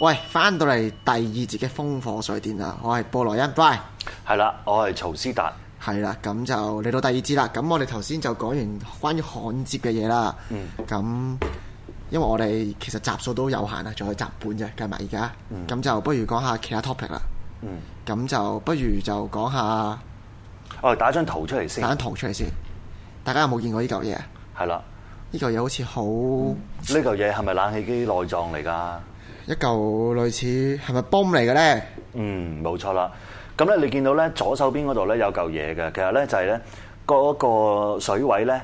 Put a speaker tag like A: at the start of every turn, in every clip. A: 喂，翻到嚟第二節嘅烽火水電啦，我係布萊恩 Brian，
B: 係啦，我係曹思達，
A: 係啦，咁就嚟到第二節啦。咁我哋頭先就講完關於焊接嘅嘢啦。咁、因為我哋其實集數都有限啦，啊仲有集本啫，計埋而家。咁、就不如講下其他 topic 啦。
B: 嗯，
A: 咁就不如就講下
B: 我哋打張圖出嚟先
A: 打，張圖出嚟先。大家有冇見過呢嚿嘢啊？
B: 係啦，
A: 呢嚿嘢好似好
B: 呢嚿嘢係咪冷氣機內臟嚟㗎？
A: 一嚿類似係咪 bom 嚟嘅呢？
B: 嗯，冇錯啦。咁咧，你見到咧左手邊嗰度咧有嚿嘢嘅，其實咧就係咧嗰個水位咧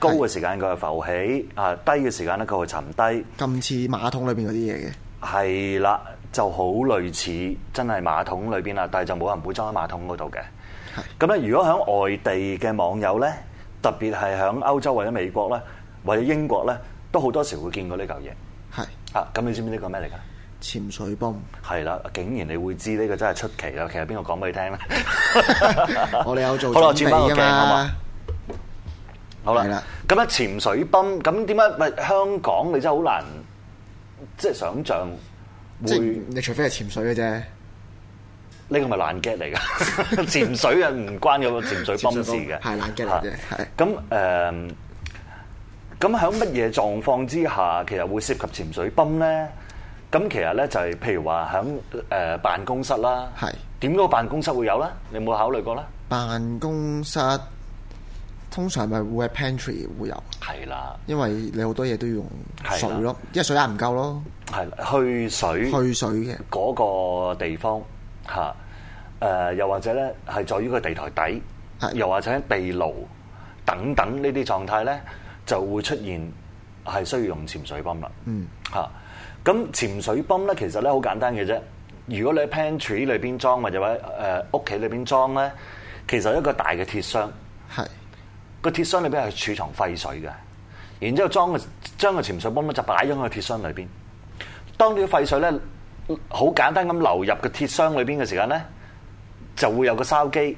B: 高嘅時間佢係浮起，啊低嘅時間咧佢會沉低，
A: 咁似馬桶裏邊嗰啲嘢嘅。
B: 係啦，就好類似真係馬桶裏邊啦，但係就冇人會裝喺馬桶嗰度嘅。咁咧，如果喺外地嘅網友咧，特別係喺歐洲或者美國咧，或者英國咧，都好多時會見過呢嚿嘢。
A: 係
B: 啊，咁你知唔知呢個咩嚟㗎？
A: 潛水泵。
B: 係啦，竟然你會知呢個真係出奇啦！其實邊個講俾你聽 咧？
A: 我哋有做
B: 好啦我
A: 準
B: 轉翻個
A: 備噶
B: 鏡好嘛
A: 嘛？
B: 好
A: 係啦
B: 啦，咁咧潛水泵，咁點解咪香港你真係好難即係想像
A: 即
B: 會
A: 係你除非係潛水嘅啫，
B: 呢個咪爛 get 嚟㗎？ 潛水啊，唔關嗰個潛水泵事嘅，
A: 係冷機嚟啫，係
B: 咁誒，呃咁喺乜嘢狀況之下，其實會涉及潛水泵咧？咁其實咧就係、譬如話喺誒辦公室啦，
A: 係
B: 點解個辦公室會有啦？你有冇考慮過啦？
A: 辦公室通常咪會喺 pantry 會有，
B: 係啦，
A: 因為你好多嘢都要用水
B: 係嗯
A: 咯，因為水壓唔夠咯，
B: 係啦，去水
A: 去水嘅
B: 嗰個地方嚇，誒、又或者咧係在於個地台底
A: 係，
B: 又或者地牢等等呢啲狀態咧，就會出現係需要用潛水泵啦。嗯，嚇，咁潛水泵咧其實咧好簡單嘅啫。如果你喺 pantry 裏邊裝，或者喺誒屋企裏邊裝咧，其實一個大嘅鐵箱。
A: 係
B: 個鐵箱裏邊係儲藏廢水嘅，然之後裝個將個潛水泵咧就擺咗喺個鐵箱裏邊。當呢啲廢水咧好簡單咁流入個鐵箱裏邊嘅時間咧，就會有個筲箕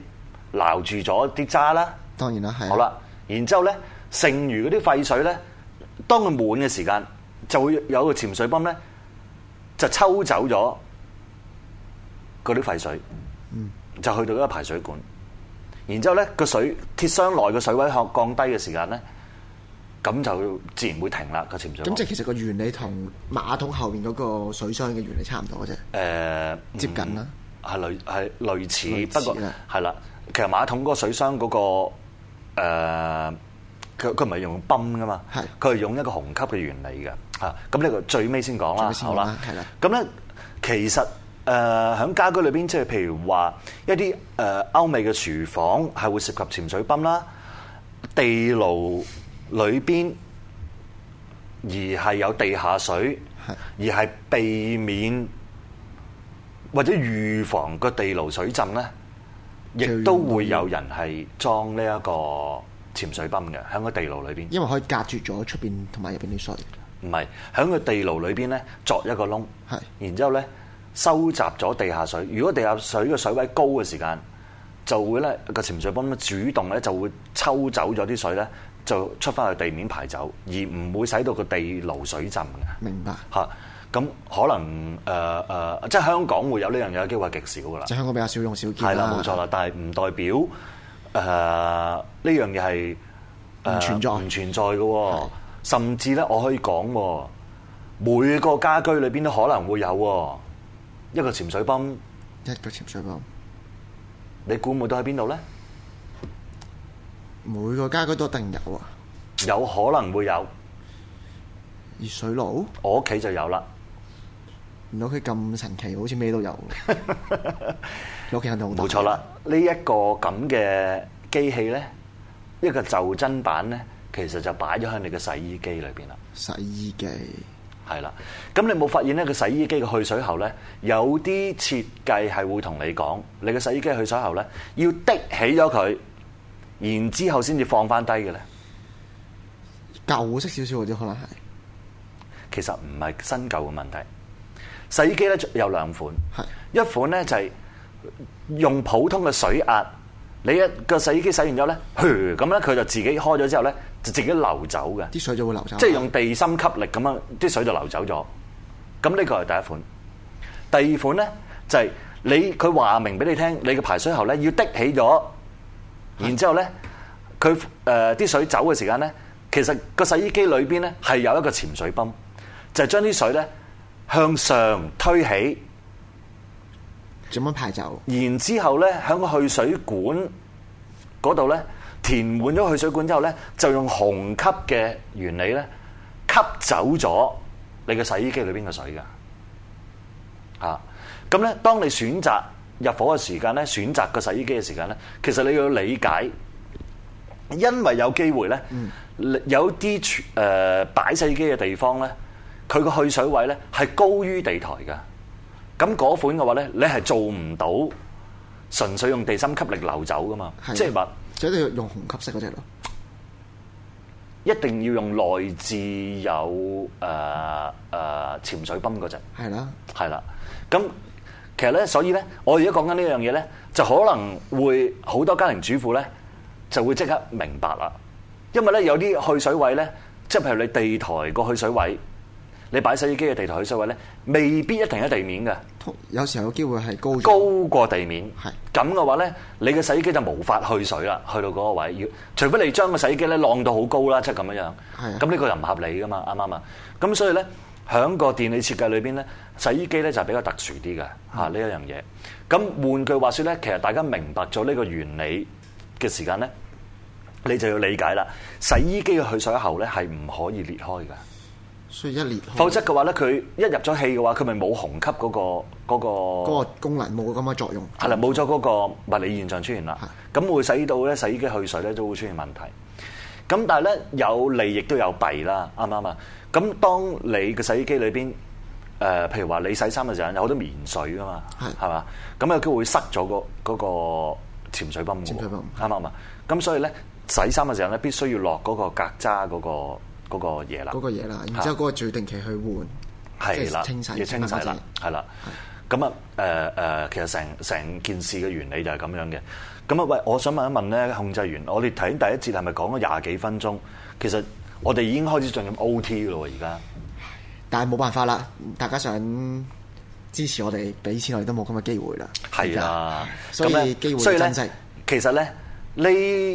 B: 撈住咗啲渣啦。
A: 當然啦，係
B: 好啦，然之後咧剩餘嗰啲廢水咧，當佢滿嘅時間就會有個潛水泵咧就抽走咗嗰啲廢水，就去到一個排水管。然之後咧個水鐵箱內嘅水位降降低嘅時間咧，咁就自然會停啦個潛水
A: 咁
B: 泵。
A: 即係其實個原理同馬桶後面嗰個水箱嘅原理差唔多嘅啫，
B: 誒
A: 接近
B: 嗯
A: 啦，
B: 係類係類似，
A: 類似
B: 不過
A: 啦
B: 係啦。其實馬桶嗰個水箱嗰、個誒佢佢唔係用泵噶嘛，
A: 係
B: 佢係用一個虹吸嘅原理嘅嚇。咁呢個最尾先講
A: 最
B: 啦
A: 尾，先講
B: 好
A: 啦
B: 啦，
A: 係啦。
B: 咁咧其實誒喺、家居裏邊，即係譬如話一啲誒、呃、歐美嘅廚房係會涉及潛水泵啦，地牢裏邊而係有地下水，而係避免或者預防個地牢水浸咧，亦都會有人係裝呢一個潛水泵嘅喺個地牢裏邊，
A: 因為可以隔絕咗出邊同埋入邊啲水，
B: 唔係喺個地牢裏邊咧作一個窿
A: 係，
B: 然之後咧收集咗地下水。如果地下水嘅水位高嘅時間，就會咧個潛水泵咧主動咧就會抽走咗啲水咧，就出翻去地面排走，而唔會使到個地牢水浸嘅。
A: 明白？
B: 嚇。咁可能誒誒、呃呃即係香港會有呢樣嘢嘅機會係極少噶啦
A: 即，係香港比較少用少見
B: 係啦，冇錯，啦。但係唔代表誒呢樣嘢係呃
A: 唔存在
B: 唔存在嘅喎。甚至咧，我可以講喎，每個家居裏邊都可能會有喎一個潛水泵，
A: 一個潛水泵。
B: 你估唔估到喺邊度咧？
A: 每個家居都一定有啊，
B: 有可能會有，
A: 熱水爐，
B: 我屋企就有啦。
A: 唔到佢咁神奇，好似咩 都有。你屋企肯定好大
B: 冇錯啦，，呢一個咁嘅機器咧，一個袖珍版咧，其實就擺咗喺你嘅洗衣機裏邊啦，
A: 洗衣機
B: 係啦。咁你有冇發現咧？個洗衣機嘅去水喉咧，有啲設計係會同你講，你嘅洗衣機去水喉咧，要滴起咗佢，然之後先至放翻低嘅咧。
A: 舊式少少嗰啲可能係
B: 其實唔係新舊嘅問題。洗衣機咧有兩款，
A: 係
B: 一款咧就係用普通嘅水壓，你一個洗衣機洗完之後咧，噓咁咧佢就自己開咗之後咧，就自己流走嘅，
A: 啲水就會流走，
B: 啊即係用地心吸力咁樣，啲水就流走咗。咁呢個係第一款，第二款咧就係、你佢話明俾你聽，你嘅排水喉咧要滴起咗，然之後咧佢誒啲水走嘅時間咧，其實個洗衣機裏邊咧係有一個潛水泵，就係將啲水咧向上推起。
A: 點樣排走？
B: 然之後咧，喺個去水管嗰度咧，填滿咗去水管之後咧，就用虹吸嘅原理咧，吸走咗你嘅洗衣機裏邊嘅水㗎。啊，咁咧，當你選擇入伙嘅時間咧，選擇個洗衣機嘅時間咧，其實你要理解，因為有機會咧，有啲廚誒擺洗衣機嘅地方咧，佢個去水位咧係高於地台㗎。咁嗰款嘅話咧，你係做唔到純粹用地心吸力流走噶嘛？
A: 係
B: 即係話
A: 就一定要用紅吸式嗰只咯。
B: 一定要用內置有誒誒、呃呃潛水泵嗰只，
A: 係啦，
B: 係啦。咁其實咧，所以咧，我而家講緊呢樣嘢咧，就可能會好多家庭主婦咧就會即刻明白啦。因為咧有啲去水位咧，即係譬如你地台個去水位，你擺洗衣機嘅地台去水位咧，未必一定喺地面嘅。
A: 通有時候有機會係高咗
B: 高過地面
A: 係，
B: 咁嘅話咧，你嘅洗衣機就無法去水啦，去到嗰個位，要除非你將個洗衣機咧晾到好高啦，即係咁樣樣
A: 係啊。
B: 咁呢個又唔合理噶嘛，啱唔啱啊？咁所以咧，喺個電理設計裏邊咧，洗衣機咧就係比較特殊啲嘅
A: 嗯
B: 嚇呢一樣嘢。咁換句話說咧，其實大家明白咗呢個原理嘅時間咧，你就要理解啦。洗衣機嘅去水喉咧係唔可以裂開嘅。
A: 嗯所以一裂開
B: 否則嘅話咧，佢一入咗氣嘅話，佢咪冇虹吸嗰、個嗰、個
A: 嗰個功能冇咁嘅作用。
B: 係啦，冇咗嗰個物理現象出現啦，咁會使到咧洗衣機去水咧都會出現問題。咁但係咧有利亦都有弊啦，啱唔啱啊？咁當你嘅洗衣機裏邊誒，譬如話你洗衫嘅時候有好多棉絮噶嘛，
A: 係
B: 係嘛？咁有機會塞咗個嗰個潛水泵㗎喎，
A: 潛水泵
B: 啱唔啱啊？咁所以咧洗衫嘅時候咧，必須要落嗰個隔渣嗰個嗰個嘢啦，
A: 嗰個嘢啦，然之後嗰個最定期去換，即
B: 係啦，
A: 係清洗，
B: 要清洗啦，係啦。咁啊，誒、誒，其實成成件事嘅原理就係咁樣嘅。咁啊，喂，我想問一問咧，控制員，我哋睇第一節係咪講咗廿幾分鐘？其實我哋已經開始進入 O T 咯喎，而家
A: 但係冇辦法啦，大家想支持我哋俾錢，我哋都冇咁嘅機會啦。
B: 係啊，
A: 所
B: 咁
A: 以
B: 咧
A: 機
B: 所
A: 會
B: 以
A: 要
B: 咧
A: 珍惜。
B: 其實咧。呢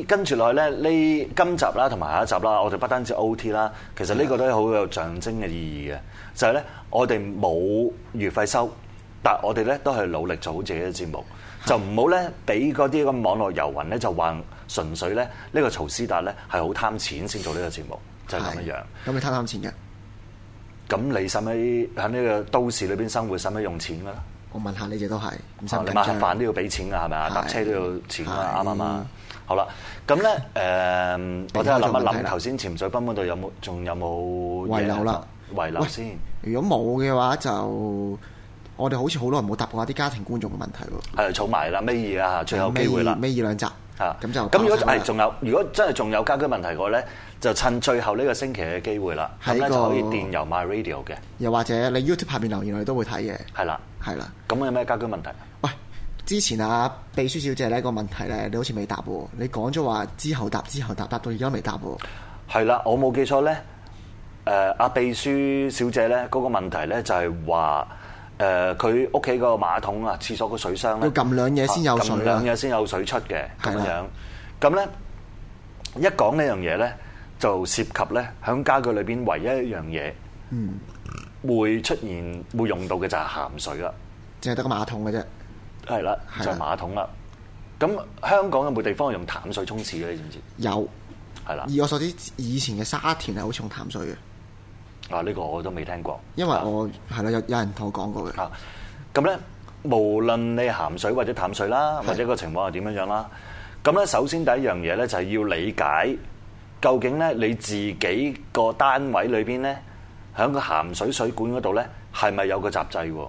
B: 跟住落去咧，呢今集啦，同埋下一集啦，我哋不單止 O T 啦，其
A: 啊
B: 實呢個都好有象徵嘅意義嘅，就係咧，我哋冇月費收，但我哋咧都係努力做好自己嘅節目，就唔好咧俾嗰啲咁網絡遊魂咧就話純粹咧呢個曹思達咧係好貪錢先做呢個節目，就係咁樣樣。
A: 係咁你貪唔貪錢嘅？
B: 咁你使唔使喺呢個都市裏邊生活，使唔使用錢㗎啦？
A: 我問下你哋都係，唔使
B: 啊
A: 咁
B: 你
A: 緊
B: 買盒
A: 張。
B: 飯都要俾錢㗎，係咪啊？
A: 係
B: 搭車都要錢啊，
A: 係
B: 啱唔啱啊？好啦，咁咧誒，我睇下
A: 避開咗
B: 諗一
A: 問題
B: 諗
A: 啦
B: 頭先潛水泵嗰度有冇仲有冇嘢啊
A: 遺留啦，
B: 遺留
A: 喂
B: 先。
A: 如果冇嘅話，就我哋好似好耐冇答過啲家庭觀眾嘅問題喎。
B: 係儲埋啦，尾二啊，最後機會啦
A: 尾。尾二兩集，
B: 啊
A: 咁就
B: 咁如
A: 爆
B: 果
A: 晒啦
B: 係仲有，如果真係仲有家居問題嘅話咧，就趁最後呢個星期嘅機會啦，咁
A: 喺
B: 咧就可以
A: 個
B: 電郵 My Radio 嘅，
A: 又或者你 YouTube 下面留言，我哋都會睇嘅。
B: 係啦。
A: 係啦，
B: 咁有咩家居問題？
A: 喂，之前啊秘書小姐呢個問題咧，你好似未答喎。你講咗話之後答，之後答，答到而家都未答喎。
B: 係啦，我冇記錯咧，誒、阿秘書小姐咧嗰、個問題咧就係話誒佢屋企個馬桶啊、廁所個水箱咧，
A: 要撳兩嘢先有水啊
B: 撳兩嘢先有水出嘅咁
A: 係啊
B: 樣
A: 啦。
B: 咁咧一講呢樣嘢咧，就涉及咧喺家居裏邊唯一一樣嘢，嗯，會出現會用到嘅就係鹹水啦，
A: 淨係得個馬桶嘅啫。係
B: 係啦，
A: 啦啊
B: 就係馬桶啦。咁香港有冇地方用淡水沖廁嘅？你知唔知？
A: 有，
B: 係啦，
A: 以我所知，以前嘅沙田係好似用淡水嘅，
B: 啊呢個我都未聽過，
A: 因為我係啦，有有人同我講過嘅。
B: 啊，咁咧，無論你鹹水或者淡水啦，
A: 係
B: 或者個情況係點樣樣啦，咁咧首先第一樣嘢咧就係要理解究竟咧你自己個單位裏邊咧，喺個鹹水水管嗰度咧係咪有個閘掣喎？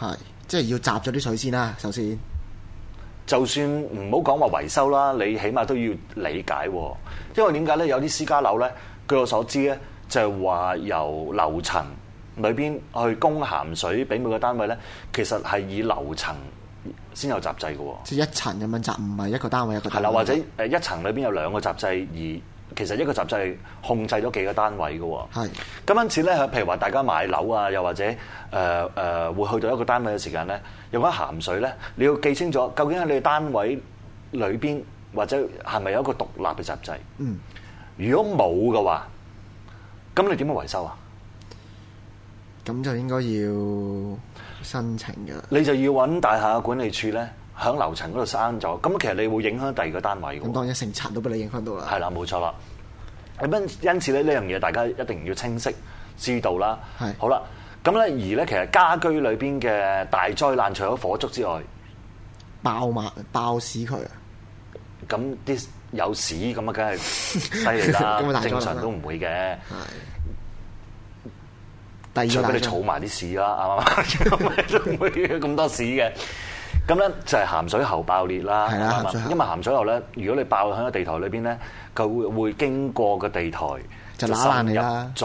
A: 係，即係要集咗啲水先啦，首先。
B: 就算唔好講話維修啦，你起碼都要理解喎。因為點解咧？有啲私家樓咧，據我所知咧，就係話由樓層裏邊去供鹹水俾每個單位咧，其實係以樓層先有閘掣嘅喎。
A: 即係一層咁樣集，唔係一個單位一個單位。
B: 係啦，或者誒一層裏邊有兩個閘掣，而其實一個集制控制咗幾個單位嘅喎。
A: 係
B: 咁因此咧，譬如話大家買樓啊，又或者誒誒、呃呃會去到一個單位嘅時間咧，用緊鹹水咧，你要記清楚究竟喺你嘅單位裏邊或者係咪有一個獨立嘅集制？
A: 嗯，
B: 如果冇嘅話，咁你點樣維修啊？
A: 咁就應該要申請㗎啦。
B: 你就要揾大廈嘅管理處咧，響樓層嗰度刪咗。咁其實你會影響第二個單位嘅喎
A: 咁。當然成層都俾你影響到啦。
B: 係啦，冇錯啦。咁因因此咧，呢樣嘢大家一定要清晰知道啦。
A: 係
B: 好啦，咁咧而咧，其實家居裏邊嘅大災難，除咗火燭之外，
A: 爆埋爆死佢啊！
B: 咁啲有屎咁啊，梗係犀利
A: 咁啊
B: 啦
A: 大災難啦。
B: 正常都唔會嘅，
A: 係。第
B: 除
A: 二個
B: 非
A: 大
B: 你
A: 罪
B: 儲埋啲屎啦，啱 唔啱？都唔會咁多屎嘅。咁咧就係鹹水喉爆裂啦，
A: 係啦啊
B: 啱唔啱
A: 鹹水喉
B: 因為鹹水喉咧，如果你爆喺個地台裏邊咧，佢會會經過個地台
A: 就揦爛你啦
B: 滲入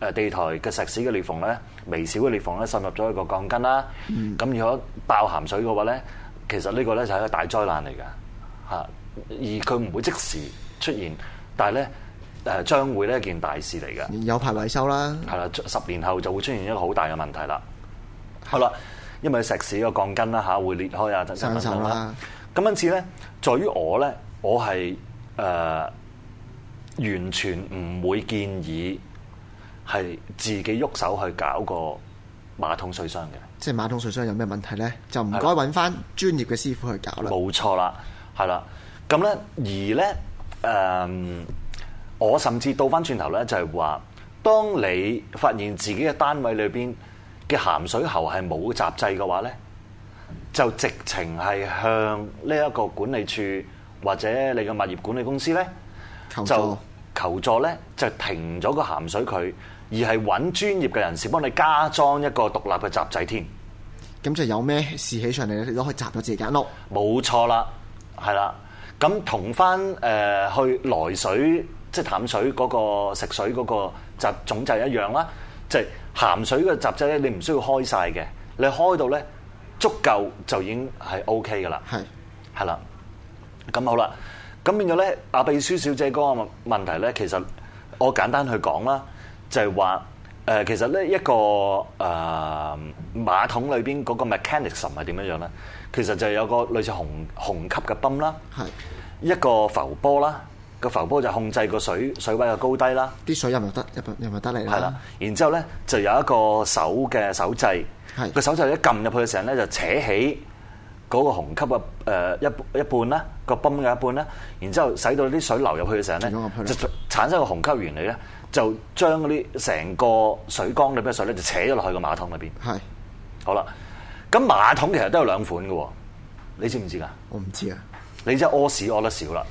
B: 咗誒地台嘅石屎嘅裂縫咧，微小嘅裂縫咧滲入咗一個鋼筋啦。
A: 嗯
B: 咁、如果爆鹹水嘅話咧，其實呢個咧就係一個大災難嚟㗎嚇，而佢唔會即時出現，但係咧誒將會呢一件大事嚟㗎。
A: 有排維修啦，
B: 係啦，十年後就會出現一個好大嘅問題啦。好啦，因為石屎個鋼筋啦嚇會裂開啊，等等等
A: 生
B: 等
A: 鏽
B: 啦
A: 啦。
B: 咁因此咧，在於我咧，我係誒、呃完全唔會建議係自己喐手去搞個馬桶水箱嘅。
A: 即係馬桶水箱有咩問題呢？就唔該
B: 係啦
A: 揾翻專業嘅師傅去搞啦。
B: 冇錯啦，係啦。咁咧，而咧，誒、我甚至倒翻轉頭咧，就係話，當你發現自己嘅單位裏邊嘅鹹水喉係冇閘掣嘅話咧，就直情係向呢一個管理處或者你嘅物業管理公司咧，
A: 求助
B: 就求助咧，就停咗個鹹水渠，而係揾專業嘅人士幫你加裝一個獨立嘅閘掣添。
A: 咁就有咩事起上嚟咧，你都可以閘咗自己間屋。
B: 冇錯啦，係啦。咁同翻誒去來水即係淡水嗰、個食水嗰個集總掣一樣啦，即係鹹水嘅集掣咧，你唔需要開晒嘅，你開到咧足夠就已經係 O K 噶啦，
A: 係
B: 係啦。咁好啦，咁變咗咧，阿秘書小姐嗰個問題咧，其實我簡單去講啦，就係話誒，其實咧一個誒、呃、馬桶裏邊嗰個 mechanism 係點樣樣咧？其實就係有個類似紅紅級嘅泵啦，
A: 係，
B: 一個浮波啦，個浮波就控制個水水位嘅高低啦。
A: 啲水入唔入得，入唔入唔得嚟
B: 係啦
A: 啦。，
B: 然之後咧就有一個手嘅手掣，
A: 係
B: 個手掣一撳入去嘅時候咧就扯起嗰個紅級嘅誒一一半啦，個泵嘅一半啦，然之後使到啲水流入去嘅時候
A: 流咗入去
B: 咧，
A: 啦
B: 就產生個紅級原理咧，就將嗰啲成個水缸裏邊嘅水咧就扯咗落去個馬桶裏邊。
A: 係，
B: 好啦，咁馬桶其實都有兩款嘅喎，你知唔知㗎？
A: 我唔知啊，
B: 你真係屙屎屙得少啦。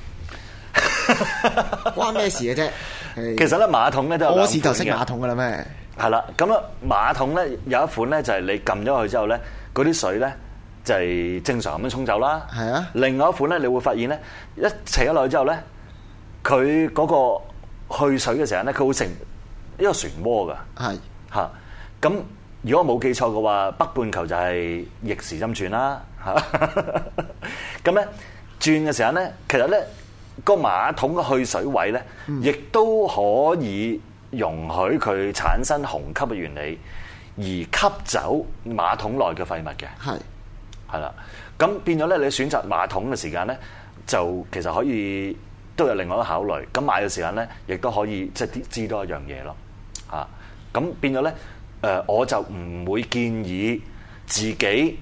A: 關咩事嘅 啫？
B: 其
A: 其
B: 實咧馬桶咧都有
A: 屙
B: 兩款
A: 屎就識
B: 嘅
A: 馬桶噶啦咩？
B: 係啦，咁啊馬桶咧有一款咧就係你撳咗佢之後咧，嗰啲水咧就係正常咁樣沖走啦。
A: 係啊
B: 另外一款咧，你會發現咧，一扯咗落去之後咧，佢嗰個去水嘅時候咧，佢會成一個漩渦噶
A: 係
B: 嚇。咁如果我冇記錯嘅話，北半球就係逆時針轉啦嚇。 咁咧轉嘅時候咧，其實咧個馬桶嘅去水位咧，亦都可以容許佢產生虹吸嘅原理，而吸走馬桶內嘅廢物嘅。
A: 係，
B: 係啦，咁變咗咧，你選擇馬桶嘅時間咧，就其實可以都有另外一個考慮。咁買嘅時間咧，亦都可以即係知知多一樣嘢咯。啊，咁變咗咧，誒、我就唔會建議自己去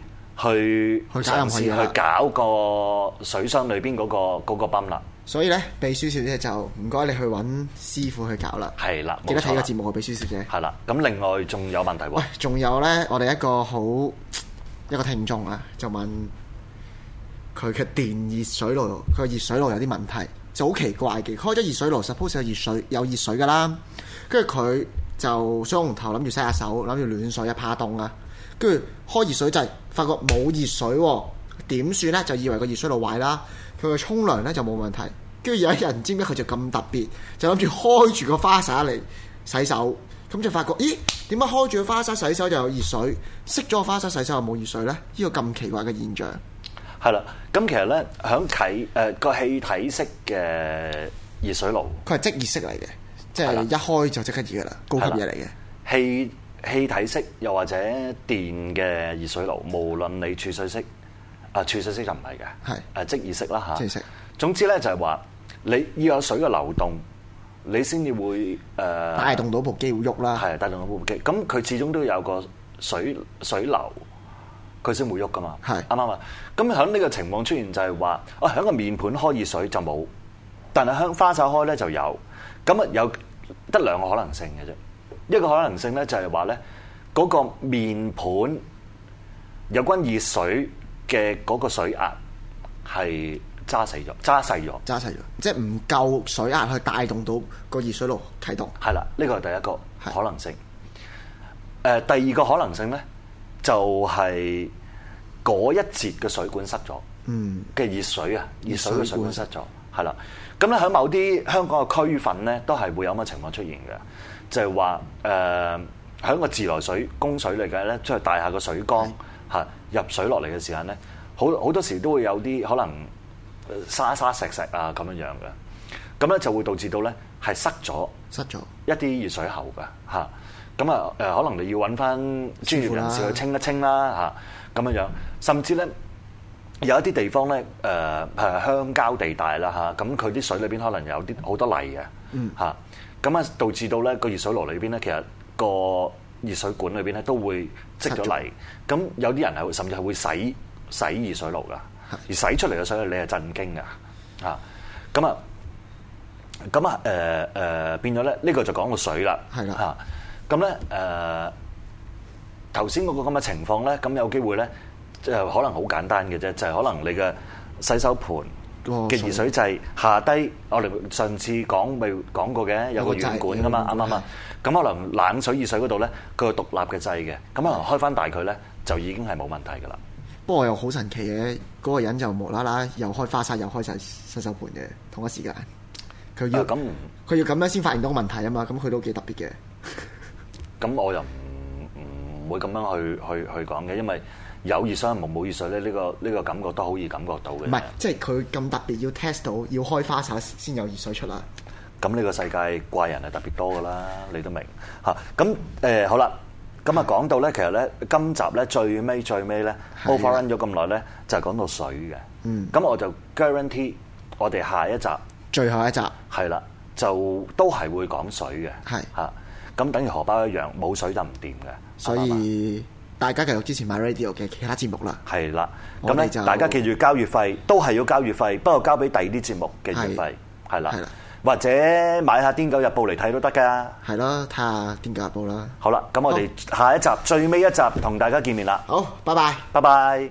A: 搞
B: 嘗
A: 任
B: 試
A: 何嘢啦
B: 去搞個水箱裏邊嗰個嗰、個泵啦。
A: 所以咧，秘書小姐就唔該你去揾師傅去搞啦。
B: 係啦，
A: 記得睇
B: 冇錯
A: 個
B: 啦
A: 節目嘅秘書小姐。
B: 係啦，咁另外仲有問題喎
A: 喂。，仲有呢，我哋一個好一個聽眾啊，就問佢嘅電熱水爐，佢嘅熱水爐有啲問題，就好奇怪嘅。開咗熱水爐，suppose 有熱水有熱水噶啦，跟住佢就水龍頭諗住洗下手，諗住暖水啊，怕凍啊，跟住開熱水掣，發覺冇熱水喎、點算呢？就以為個熱水爐壞啦，佢去沖涼呢就冇問題。跟住有一日唔知點解佢就咁特別，就諗住開住個花灑嚟洗手，咁就發覺咦點解開住個花灑洗手就有熱水，熄咗個花灑洗手又冇熱水呢？呢個咁奇怪嘅現象。
B: 係啦，咁其實咧，響啟誒個氣體式嘅熱水爐，
A: 佢係即熱式嚟嘅，即
B: 係
A: 係
B: 啦
A: 一開就即刻熱噶啦，高級
B: 係
A: 嘢
B: 啦
A: 嚟嘅。
B: 氣氣體式又或者電嘅熱水爐，無論你儲水式啊儲水式就唔係嘅，
A: 係
B: 誒即熱式啦嚇。
A: 即熱式
B: 總之咧就係話你要有水嘅流動，你先至會誒、呃
A: 帶動到部機會喐啦，
B: 係帶動到部機。咁佢始終都有個水水流，佢先會喐噶嘛。
A: 係
B: 啱唔啱啊？咁喺呢個情況出現就係話，啊喺個面盤開熱水就冇，但係向花灑開咧就有。咁啊有得兩個可能性嘅啫。一個可能性咧就係話咧，嗰、個面盤有關熱水嘅嗰個水壓係揸細咗，揸細咗。
A: 揸齊咗，即係唔夠水壓去帶動到個熱水爐啟動。
B: 係啦，呢個係第一個
A: 係
B: 可能性。誒、呃第二個可能性咧，就係、嗰一節嘅水管塞咗，
A: 嗯，
B: 嘅熱水啊，熱水
A: 熱
B: 嘅
A: 水
B: 水管
A: 管
B: 塞咗，係啦。咁咧喺某啲香港嘅區份咧，都係會有咁嘅情況出現嘅，就係話誒喺個自來水供水嚟嘅咧，即係大廈個水缸嚇入水落嚟嘅時間咧，好好多時都會有啲可能呃沙沙石石啊咁樣樣嘅，咁咧就會導致到咧係塞咗。
A: 塞咗。
B: 一啲熱水喉㗎嚇。咁啊誒，可能你要揾翻專業人
A: 師傅
B: 士
A: 啦
B: 去清一清啦嚇，咁樣樣，甚至咧。有一啲地方咧，誒、譬如鄉郊地帶啦嚇，咁佢啲水裏邊可能有啲好多泥嘅
A: 嗯
B: 嚇，咁啊、導致到咧個熱水爐裏邊咧，其實個熱水管裏邊咧都會積咗泥，咁有啲人係會甚至係會洗洗熱水爐噶，而洗出嚟嘅水你係震驚噶嚇，咁啊咁啊誒誒變咗咧，呢、個就講個水啦，
A: 係啦
B: 嚇，咁咧誒。頭先嗰個咁嘅情況咧，咁有機會咧，就可能好簡單嘅啫，就係、可能你嘅洗手盤
A: 個
B: 嘅熱水掣下低，我哋上次講咪講過嘅，有個軟管噶嘛，
A: 有
B: 啱
A: 個掣
B: 唔啱啊？咁可能冷水、熱水嗰度咧，佢有獨立嘅掣嘅，咁可能開翻大佢咧，就已經係冇問題噶啦。
A: 不過又好神奇嘅，嗰、個人就無啦啦又開花灑又開晒洗手盤嘅，同一時間。佢要
B: 啊咁
A: 佢要咁樣先發現到問題啊嘛，咁佢都幾特別嘅。
B: 咁我又唔唔會咁樣去去去講嘅，因為有熱水同冇熱水咧，呢、個呢、個感覺都好易感覺到嘅。
A: 唔係，即係佢咁特別要 test 到，要開花灑先有熱水出啦。
B: 咁呢個世界怪人係特別多噶啦，你都明嚇。咁誒、呃好啦，咁啊講到咧，其實咧今集咧最尾最尾咧
A: 係啊
B: overrun 咗咁耐咧，就係講到水嘅。
A: 嗯
B: 咁我就 guarantee 我哋下一集
A: 最後一集
B: 係啦，就都係會講水嘅。
A: 係
B: 嚇，咁等於荷包一樣，冇水就唔掂嘅。
A: 所
B: 啱唔啱啊
A: 以大家繼續支持 My Radio 嘅其他節目啦。
B: 係啦，
A: 我
B: 咁
A: 哋
B: 咧
A: 就
B: 大家記住交月費，都係要交月費，不過交俾第二啲節目嘅月費
A: 係
B: 係啦
A: 係啦，
B: 或者買下《癲狗日報》嚟睇都得㗎。
A: 係咯，睇下《點解日報》啦。
B: 好啦，咁我哋下一集最尾一集同大家見面啦，
A: 好，拜拜。
B: 拜拜。